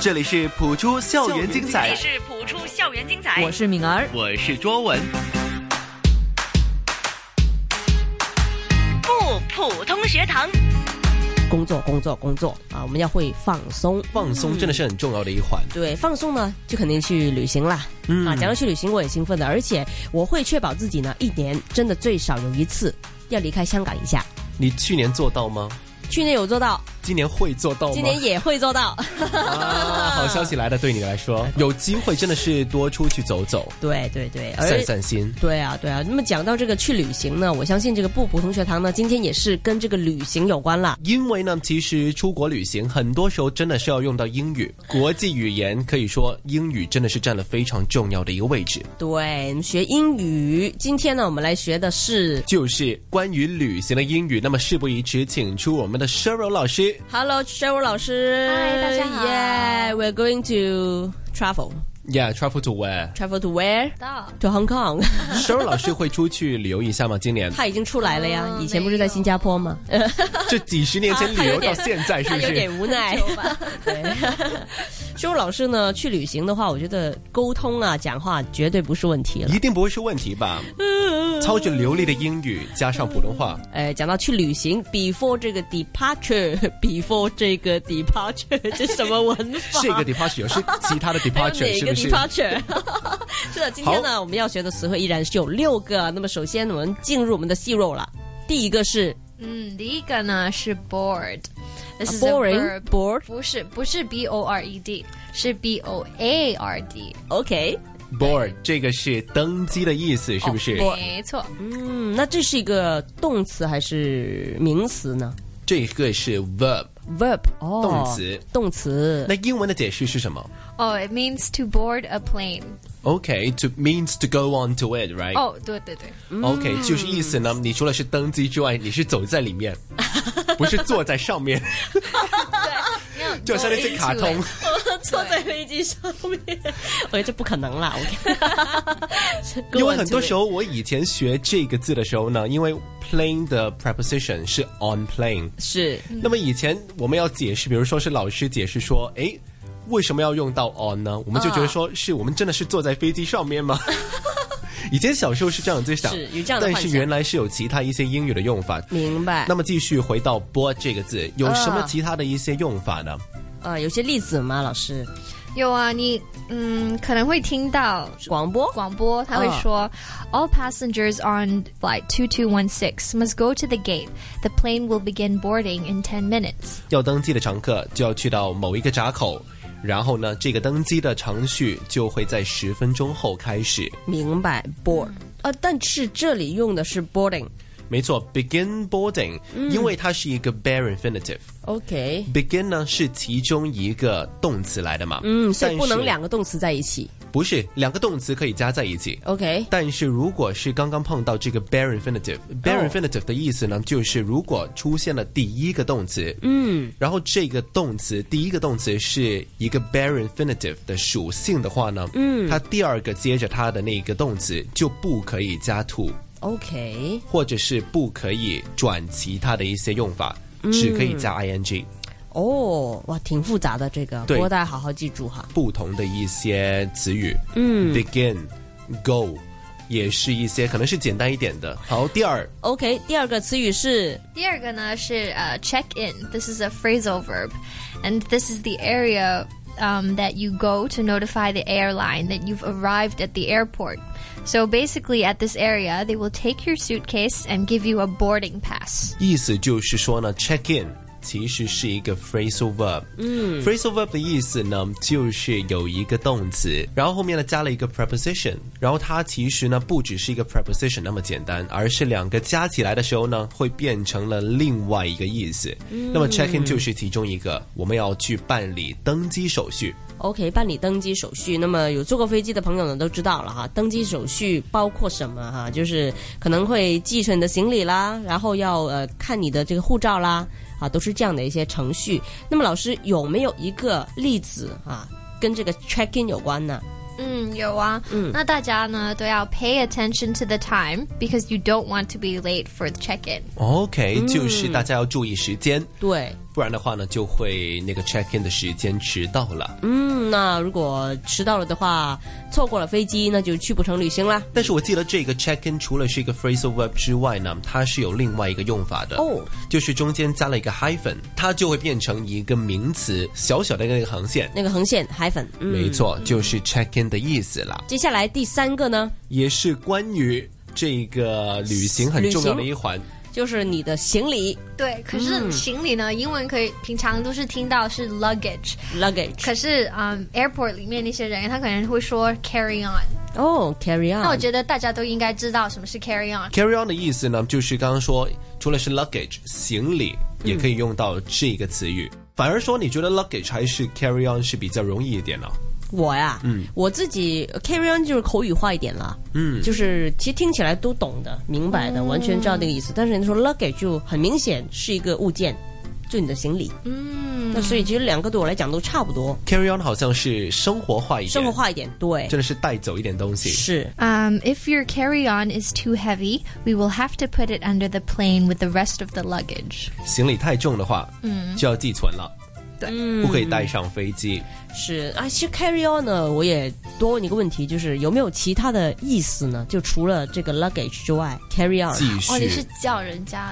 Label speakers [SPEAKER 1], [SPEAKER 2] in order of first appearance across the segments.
[SPEAKER 1] 这里是普出校园精彩
[SPEAKER 2] 这里，是谱出校园精彩，
[SPEAKER 3] 我是敏儿，
[SPEAKER 1] 我是卓文。
[SPEAKER 2] 不普通学堂。
[SPEAKER 3] 工作工作工作啊，我们要会放松。
[SPEAKER 4] 放松真的是很重要的一环。
[SPEAKER 3] 对，放松呢，就肯定去旅行啦。
[SPEAKER 4] 嗯
[SPEAKER 3] 啊，讲到去旅行，我也兴奋的，而且我会确保自己呢，一年真的最少有一次要离开香港一下。
[SPEAKER 4] 你去年做到吗？
[SPEAKER 3] 去年有做到，
[SPEAKER 4] 今年会做到吗？
[SPEAKER 3] 今年也会做到。
[SPEAKER 4] 啊，好消息来了，对你来说，有机会真的是多出去走走，
[SPEAKER 3] 对对对，而
[SPEAKER 4] 散散心。
[SPEAKER 3] 对啊，对啊。那么讲到这个去旅行呢，我相信这个不普通学堂呢，今天也是跟这个旅行有关啦。
[SPEAKER 4] 因为呢，其实出国旅行很多时候真的是要用到英语，国际语言可以说英语真的是占了非常重要的一个位置。
[SPEAKER 3] 对，学英语，今天呢，我们来学的是
[SPEAKER 4] 就是关于旅行的英语，那么事不宜迟，请出我们的 Sheryl 老师。
[SPEAKER 3] Hello Cheryl 老师，
[SPEAKER 2] 嗨大家好
[SPEAKER 3] Yeah，we're going to travel
[SPEAKER 4] Yeah, travel to where?
[SPEAKER 3] travel to where
[SPEAKER 2] 到
[SPEAKER 3] to Hong Kong。
[SPEAKER 4] Sheryl 老师会出去旅游一下吗？今年
[SPEAKER 3] 他已经出来了呀，
[SPEAKER 5] 哦
[SPEAKER 2] 嗯
[SPEAKER 3] 以前不是在新加坡吗？
[SPEAKER 4] 这几十年前旅游到现在，是
[SPEAKER 3] 他
[SPEAKER 4] 不
[SPEAKER 3] 有
[SPEAKER 4] 是？
[SPEAKER 3] 点无奈。对 Cheryl 老师呢，去旅行的话，我觉得沟通啊、讲话绝对不是问题了。
[SPEAKER 4] 一定不会是问题吧？操着流利的英语加上普通话，
[SPEAKER 3] 呃，讲到去旅行，before 这个 departure，before 这个 departure，这 什么文法？
[SPEAKER 4] 这个 departure 是其他的 departure 是不是？
[SPEAKER 3] departure？是的，今天呢，我们要学的词汇依然是有六个。那么，首先我们进入我们的细肉了。第一个是
[SPEAKER 5] 嗯，第一个呢是 bored。This is a
[SPEAKER 3] boring
[SPEAKER 5] verb.
[SPEAKER 3] bored。
[SPEAKER 5] 不是不是 b o r e d，是 b o a r d，
[SPEAKER 3] OK，
[SPEAKER 4] board 这个是登机的意思，是不是？
[SPEAKER 3] 哦
[SPEAKER 5] 没错。
[SPEAKER 3] 嗯，那这是一个动词还是名词呢
[SPEAKER 4] 这个是 verb。
[SPEAKER 3] ？verb 哦，
[SPEAKER 4] 动词，
[SPEAKER 3] 动词
[SPEAKER 4] 那。英文的解释是什么
[SPEAKER 5] 哦、i t means to board a plane。
[SPEAKER 4] ？OK，to、means to go on to it，right？
[SPEAKER 5] 哦、对对对，
[SPEAKER 4] OK，就是
[SPEAKER 3] 嗯
[SPEAKER 4] 意思呢，你除了是登机之外，你是走在里面，不是坐在上 面，
[SPEAKER 5] 要
[SPEAKER 4] 就相当于
[SPEAKER 5] go
[SPEAKER 4] 这卡
[SPEAKER 5] into
[SPEAKER 4] 通
[SPEAKER 5] it。
[SPEAKER 3] 坐在飞机上面， 我觉得这不可能啦。OK，
[SPEAKER 4] 因为很多时
[SPEAKER 3] 候
[SPEAKER 4] 候我以前学这个字的时候呢，因为 plane 的 preposition 是 on plane，
[SPEAKER 3] 是
[SPEAKER 4] 那么以前我们要解释，比如说是老师解释说，诶，为什么要用到 on 呢？我们就觉得
[SPEAKER 3] 啊
[SPEAKER 4] 说是我们真的是坐在飞机上面吗？ 以前小时候是这样在想，
[SPEAKER 3] 是有这样的
[SPEAKER 4] 但
[SPEAKER 3] 幻
[SPEAKER 4] 是
[SPEAKER 3] 想
[SPEAKER 4] 原来是有其他一些英语的用法。
[SPEAKER 3] 明白
[SPEAKER 4] 那。么继续回到 board 这个字，有什么
[SPEAKER 3] 啊
[SPEAKER 4] 其他的一些用法呢？
[SPEAKER 3] 呃，有些例子吗？老师，
[SPEAKER 5] 有啊，你嗯可能会听到
[SPEAKER 3] 广播
[SPEAKER 5] 广播，他会说、a l l passengers on flight two two one six must go to the gate. The plane will begin boarding in ten minutes.”
[SPEAKER 4] 要登机的常客就要去到某一个闸口，然后呢，这个登机的程序就会在十分钟后开始。
[SPEAKER 3] 明白 board 呃，但是这里用的是 boarding。
[SPEAKER 4] 没错，begin boarding，、因
[SPEAKER 3] 嗯
[SPEAKER 4] 为它是一个 bare infinitive。
[SPEAKER 3] OK，
[SPEAKER 4] begin 呢是其中一个动词来的嘛，
[SPEAKER 3] 嗯，所
[SPEAKER 4] 但是
[SPEAKER 3] 以不能两个动词在一起。
[SPEAKER 4] 不是两个动词可以加在一起。
[SPEAKER 3] OK，
[SPEAKER 4] 但是如果是刚刚碰到这个 bare infinitive，bare、infinitive 的意思呢，就是如果出现了第一个动词，嗯，然后这个动词第一个动词是一个 bare infinitive 的属性的话呢，嗯，它第二个接着它的那个动词就不可以加 to，
[SPEAKER 3] OK，
[SPEAKER 4] 或者是不可以转其他的一些用法，只可以加 ing。
[SPEAKER 3] 哦，哇，挺复杂的这个，不
[SPEAKER 4] 对
[SPEAKER 3] 过大家好好记住哈。
[SPEAKER 4] 不同的一些词语，嗯，begin、go，也是一些可能是简单一点的。好，第二
[SPEAKER 3] OK，第二个词语是
[SPEAKER 5] 第二个呢是呃、check uh, in. This is a phrasal verb, and this is the area um, that you go to notify the airline that you've arrived at the airport. So basically, at this area, they will take your suitcase and give you a boarding pass.
[SPEAKER 4] 意思就是说呢，check in 其实是一个 phrasal verb，嗯，phrasal verb 的意思呢就是有一个动词，然后后面呢加了一个 preposition，然后它其实呢不只是一个 preposition 那么简单，而是两个加起来的时候呢会变成了另外一个意思。那么 check in 就是其中一个，我们要去办理登机手续。
[SPEAKER 3] OK，办理登机手续。那么有坐过飞机的朋友呢，都知道了哈。登机手续包括什么哈？就是可能会寄存你的行李啦，然后要呃看你的这个护照啦，啊，都是这样的一些程序。那么老师有没有一个例子啊，跟这个 check in 有关呢？
[SPEAKER 5] 嗯，Mm, 有啊。嗯，那大家呢都要 pay attention to the time because you don't want to be late for the check-in.
[SPEAKER 4] OK，、就是大家要注意时间。
[SPEAKER 3] 对，
[SPEAKER 4] 不然的话呢，就会那个 check in 的时间迟到了。
[SPEAKER 3] 嗯，那如果迟到了的话，错过了飞机，那就去不成旅行啦。
[SPEAKER 4] 但是我记得这个 check in 除了是一个 phrasal verb 之外呢，它是有另外一个用法的
[SPEAKER 3] 哦
[SPEAKER 4] 就是中间加了一个 hyphen，它就会变成一个名词，小小的那个航线。
[SPEAKER 3] 那个横线海粉，嗯，
[SPEAKER 4] 没错，就是 check in 的意思啦，
[SPEAKER 3] 接下来第三个呢，
[SPEAKER 4] 也是关于这个旅行很重要的一环。
[SPEAKER 3] 就是你的行李
[SPEAKER 5] 对，可是行李呢，英文可以平常都是听到是 luggage，
[SPEAKER 3] luggage。
[SPEAKER 5] 可是嗯、a i r p o r t 里面那些人他可能会说 carry on，
[SPEAKER 3] 哦，carry on。
[SPEAKER 5] 那我觉得大家都应该知道什么是 carry on。
[SPEAKER 4] carry on 的意思呢，就是刚刚说，除了是 luggage 行李，
[SPEAKER 3] 嗯
[SPEAKER 4] 也可以用到这个词语。反而说，你觉得 luggage 还是 carry on 是比较容易一点呢、
[SPEAKER 3] 我呀，嗯，我自己 carry on 就是口语化一点了，嗯，就是其实听起来都懂的、明白的，完全知道那个意思。但是人家说 luggage 就很明显是一个物件，就你的行李，嗯，那所以其实两个对我来讲都差不多，
[SPEAKER 4] carry on 好像是生活化一点，
[SPEAKER 3] 生活化一点，对，
[SPEAKER 4] 真的是带走一点东西。
[SPEAKER 3] 是
[SPEAKER 5] Um, if your carry-on is too heavy, we will have to put it under the plane with the rest of the luggage.
[SPEAKER 4] 行李太重的话，嗯，就要寄存了，
[SPEAKER 5] 对，
[SPEAKER 4] 不可以带上飞机。
[SPEAKER 3] 是啊。其实 carry on 呢，我也多问一个问题，就是有没有其他的意思呢？就除了这个 luggage 之外，carry on
[SPEAKER 4] 继续，
[SPEAKER 5] 哦，你是叫人家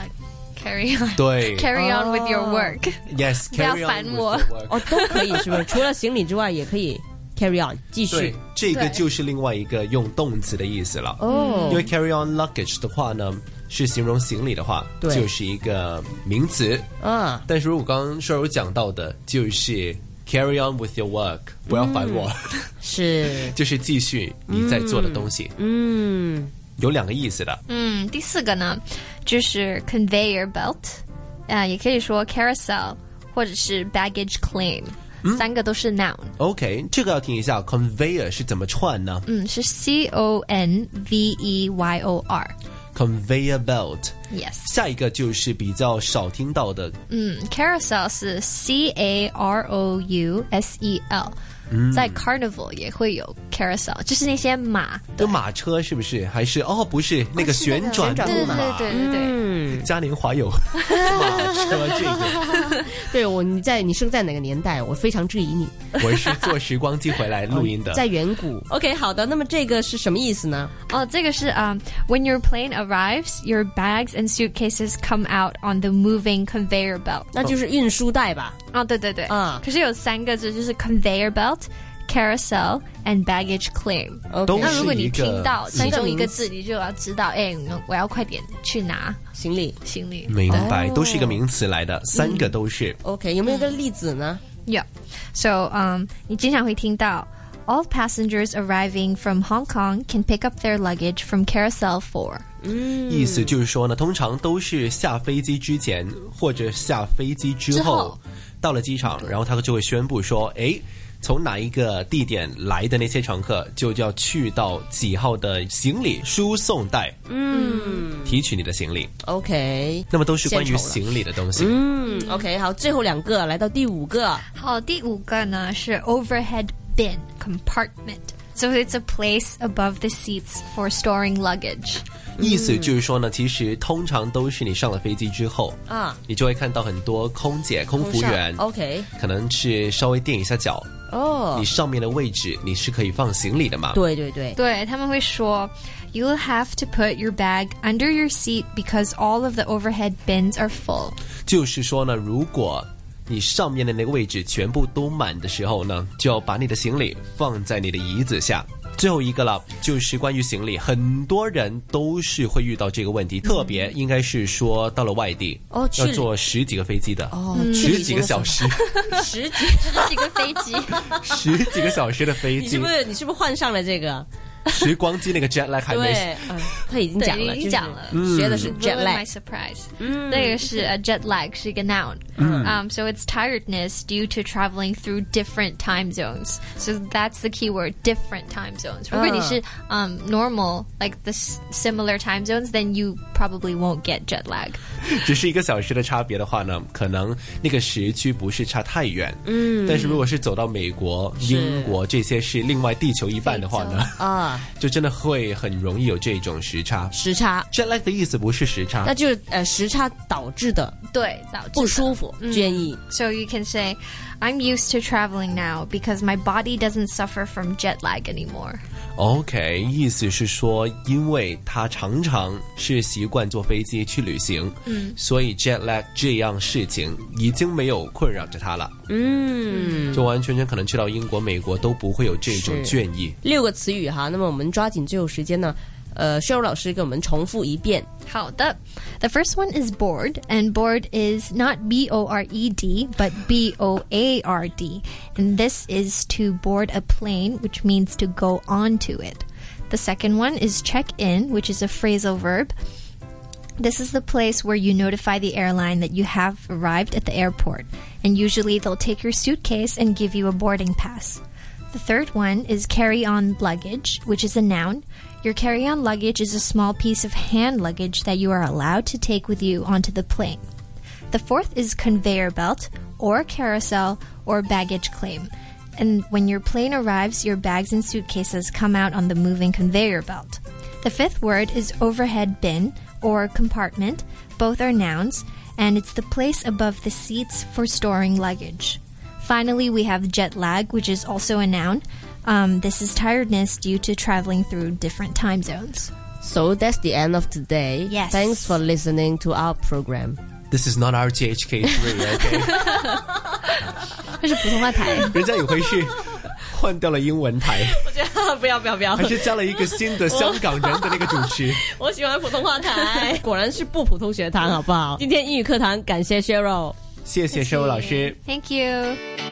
[SPEAKER 5] carry on
[SPEAKER 4] 对
[SPEAKER 5] carry on with your
[SPEAKER 3] 哦。
[SPEAKER 5] work。
[SPEAKER 4] ，yes，
[SPEAKER 5] 不要
[SPEAKER 4] carry on
[SPEAKER 5] 烦
[SPEAKER 4] with
[SPEAKER 5] 我
[SPEAKER 4] your work
[SPEAKER 3] 哦都可以，是不是？除了行李之外，也可以 carry on 继续
[SPEAKER 4] 对，这个
[SPEAKER 5] 对
[SPEAKER 4] 就是另外一个用动词的意思了。
[SPEAKER 3] 哦
[SPEAKER 4] 因为 carry on luggage 的话呢，是形容行李的话，
[SPEAKER 3] 对
[SPEAKER 4] 就是一个名词。
[SPEAKER 3] 啊。
[SPEAKER 4] 但是如果刚刚说有讲到的，就是 carry on with your work，不要烦我，
[SPEAKER 3] 嗯是，
[SPEAKER 4] 就是继续你在做的东西，
[SPEAKER 3] 嗯，
[SPEAKER 4] 有两个意思的。
[SPEAKER 5] 嗯，第四个呢，就是 conveyor belt，啊、呃，也可以说 carousel，或者是 baggage claim，、三个都是
[SPEAKER 4] OK，这个要听一下 conveyor 是怎么串呢
[SPEAKER 5] noun，嗯，是 C O N V E Y O R。Yes，
[SPEAKER 4] ？conveyor belt。下一个就是比较少听到的，
[SPEAKER 5] 嗯，carousel 是 C A R O U S E L，、在 carnival 也会有 carousel，就是那些马，对
[SPEAKER 4] 跟马车是不是？还是哦，不是那个旋转
[SPEAKER 3] 旋转
[SPEAKER 4] 木
[SPEAKER 3] 木
[SPEAKER 4] 马
[SPEAKER 3] 马。
[SPEAKER 4] 嘉年华有马车这 个，
[SPEAKER 3] 对我你在你生在哪个年代？我非常质疑你。
[SPEAKER 4] 我是坐时光机回来录音的。
[SPEAKER 3] 在远古。OK，好的，那么这个是什么意思呢？
[SPEAKER 5] 哦，这个是啊、um,，When your plane arrives, your bags and suitcases come out on the moving conveyor belt。
[SPEAKER 3] 那就是运输带吧。
[SPEAKER 5] 哦，对对对，
[SPEAKER 3] 啊。
[SPEAKER 5] 可是有三个字，就是 conveyor belt, carousel and baggage claim。
[SPEAKER 4] 都
[SPEAKER 3] OK，
[SPEAKER 4] 是一个
[SPEAKER 3] 三个
[SPEAKER 5] 那如果你听到其中一个
[SPEAKER 3] 名词。
[SPEAKER 5] 字，你就要知道，哎，我要快点去拿行李。
[SPEAKER 3] 行李。
[SPEAKER 4] 明
[SPEAKER 3] 哦
[SPEAKER 4] 白，都是一个名词来的，三个都是。
[SPEAKER 3] OK，有没有一个例子呢？
[SPEAKER 5] Yeah. So, um, 你经常会听到 all passengers arriving from Hong Kong can pick up their luggage from Carousel 4.
[SPEAKER 4] 意思就是说呢，通常都是下飞机之前或者下飞机之
[SPEAKER 5] 之
[SPEAKER 4] 后
[SPEAKER 5] 后，
[SPEAKER 4] 到了机场，然后他就会宣布说，诶，从哪一个地点来的那些乘客就要去到几号的行李输送带，嗯，提取你的行李，
[SPEAKER 3] OK，
[SPEAKER 4] 那么都是关于
[SPEAKER 3] 献丑了
[SPEAKER 4] 行李的东西。
[SPEAKER 3] 嗯，OK，好，最后两个，来到第五个。
[SPEAKER 5] 好，第五个呢是 overhead bin compartment. So it's a place above the seats for storing luggage.
[SPEAKER 4] 意思就是说呢，其实通常都是你上了飞机之后
[SPEAKER 3] 啊，
[SPEAKER 4] 你就会看到很多空姐、空服员，
[SPEAKER 3] OK，
[SPEAKER 4] 可能是稍微垫一下脚，
[SPEAKER 3] 哦
[SPEAKER 4] 你，上面的位置你是可以放行李的嘛？
[SPEAKER 3] 对对 对，
[SPEAKER 5] 对，他们会说 You'll have to put your bag under your seat because all of the overhead bins are full.
[SPEAKER 4] 就是说呢，如果你上面的那个位置全部都满的时候呢，就要把你的行李放在你的椅子下。最后一个了，就是关于行李，很多人都是会遇到这个问题，特别应该是说到了外地，
[SPEAKER 3] 哦去
[SPEAKER 4] 要坐十几个飞机的，
[SPEAKER 3] 哦，去
[SPEAKER 4] 十
[SPEAKER 3] 旅
[SPEAKER 4] 几
[SPEAKER 3] 行
[SPEAKER 4] 个
[SPEAKER 3] 的时候
[SPEAKER 4] 小，时，
[SPEAKER 3] 十几，
[SPEAKER 5] 这个飞机。
[SPEAKER 4] 十几个小时的飞
[SPEAKER 3] 你是
[SPEAKER 4] 机
[SPEAKER 3] 不，是你是不是换上了这个？
[SPEAKER 4] 时光机那个 jet lag 还没嗯
[SPEAKER 3] 对，嗯，他已经讲了，
[SPEAKER 5] 对已
[SPEAKER 3] 就是
[SPEAKER 5] 经讲了
[SPEAKER 3] 学的是
[SPEAKER 5] Ruin
[SPEAKER 3] jet
[SPEAKER 5] my
[SPEAKER 3] lag，
[SPEAKER 5] surprise. 那个是 a jet lag 是一个 noun. Um, so it's tiredness due to traveling through different time zones. So that's the key word, different time zones. 如果你是 um normal like the s- similar time zones, then you probably won't get jet lag.
[SPEAKER 4] 只是一个小时的差别的话呢，可能那个时区不是差太远。嗯，但是如果是走到美国、英国这些是另外地球一半的话呢，
[SPEAKER 3] 啊啊，
[SPEAKER 4] 就真的会很容易有这种时差。
[SPEAKER 3] 时差，
[SPEAKER 4] jet lag 的意思不是时差
[SPEAKER 3] 那，就是呃时差导致的
[SPEAKER 5] 对，导致的。
[SPEAKER 3] 不舒服，建议
[SPEAKER 5] So you can say, I'm used to traveling now because my body doesn't suffer from jet lag anymore.
[SPEAKER 4] OK，意思是说，因为他常常是习惯坐飞机去旅行，嗯，所以 jet lag 这样事情已经没有困扰着他了，嗯，就完完全全可能去到英国、美国都不会有这种
[SPEAKER 3] 是
[SPEAKER 4] 倦意。
[SPEAKER 3] 六个词语哈。那么我们抓紧最后时间呢，呃，薛柔老师给我们重复一遍。
[SPEAKER 5] The first one is bored, and bored is not B O R E D, but B O A R D. And this is to board a plane, which means to go onto it. The second one is check in, which is a phrasal verb. This is the place where you notify the airline that you have arrived at the airport, and usually they'll take your suitcase and give you a boarding pass. The third one is carry on luggage, which is a noun. Your carry on luggage is a small piece of hand luggage that you are allowed to take with you onto the plane. The fourth is conveyor belt, or carousel, or baggage claim. And when your plane arrives, your bags and suitcases come out on the moving conveyor belt. The fifth word is overhead bin, or compartment. Both are nouns, and it's the place above the seats for storing luggage. Finally, we have jet lag, which is also a noun. Um, this is tiredness due to traveling through different time zones.
[SPEAKER 3] So that's the end of today.
[SPEAKER 5] Yes.
[SPEAKER 3] Thanks for listening to our program.
[SPEAKER 4] This is not our GHK three，OK，人家以为是换掉了英文台，
[SPEAKER 3] 不要不要不要
[SPEAKER 4] 还是加了一个新的香港人的那个主持。
[SPEAKER 3] 我喜欢普通话台， 果然是不普通学堂，好不好？今天英语课堂感谢 Cheryl。
[SPEAKER 4] 谢谢 s h 老师。
[SPEAKER 5] Thank you.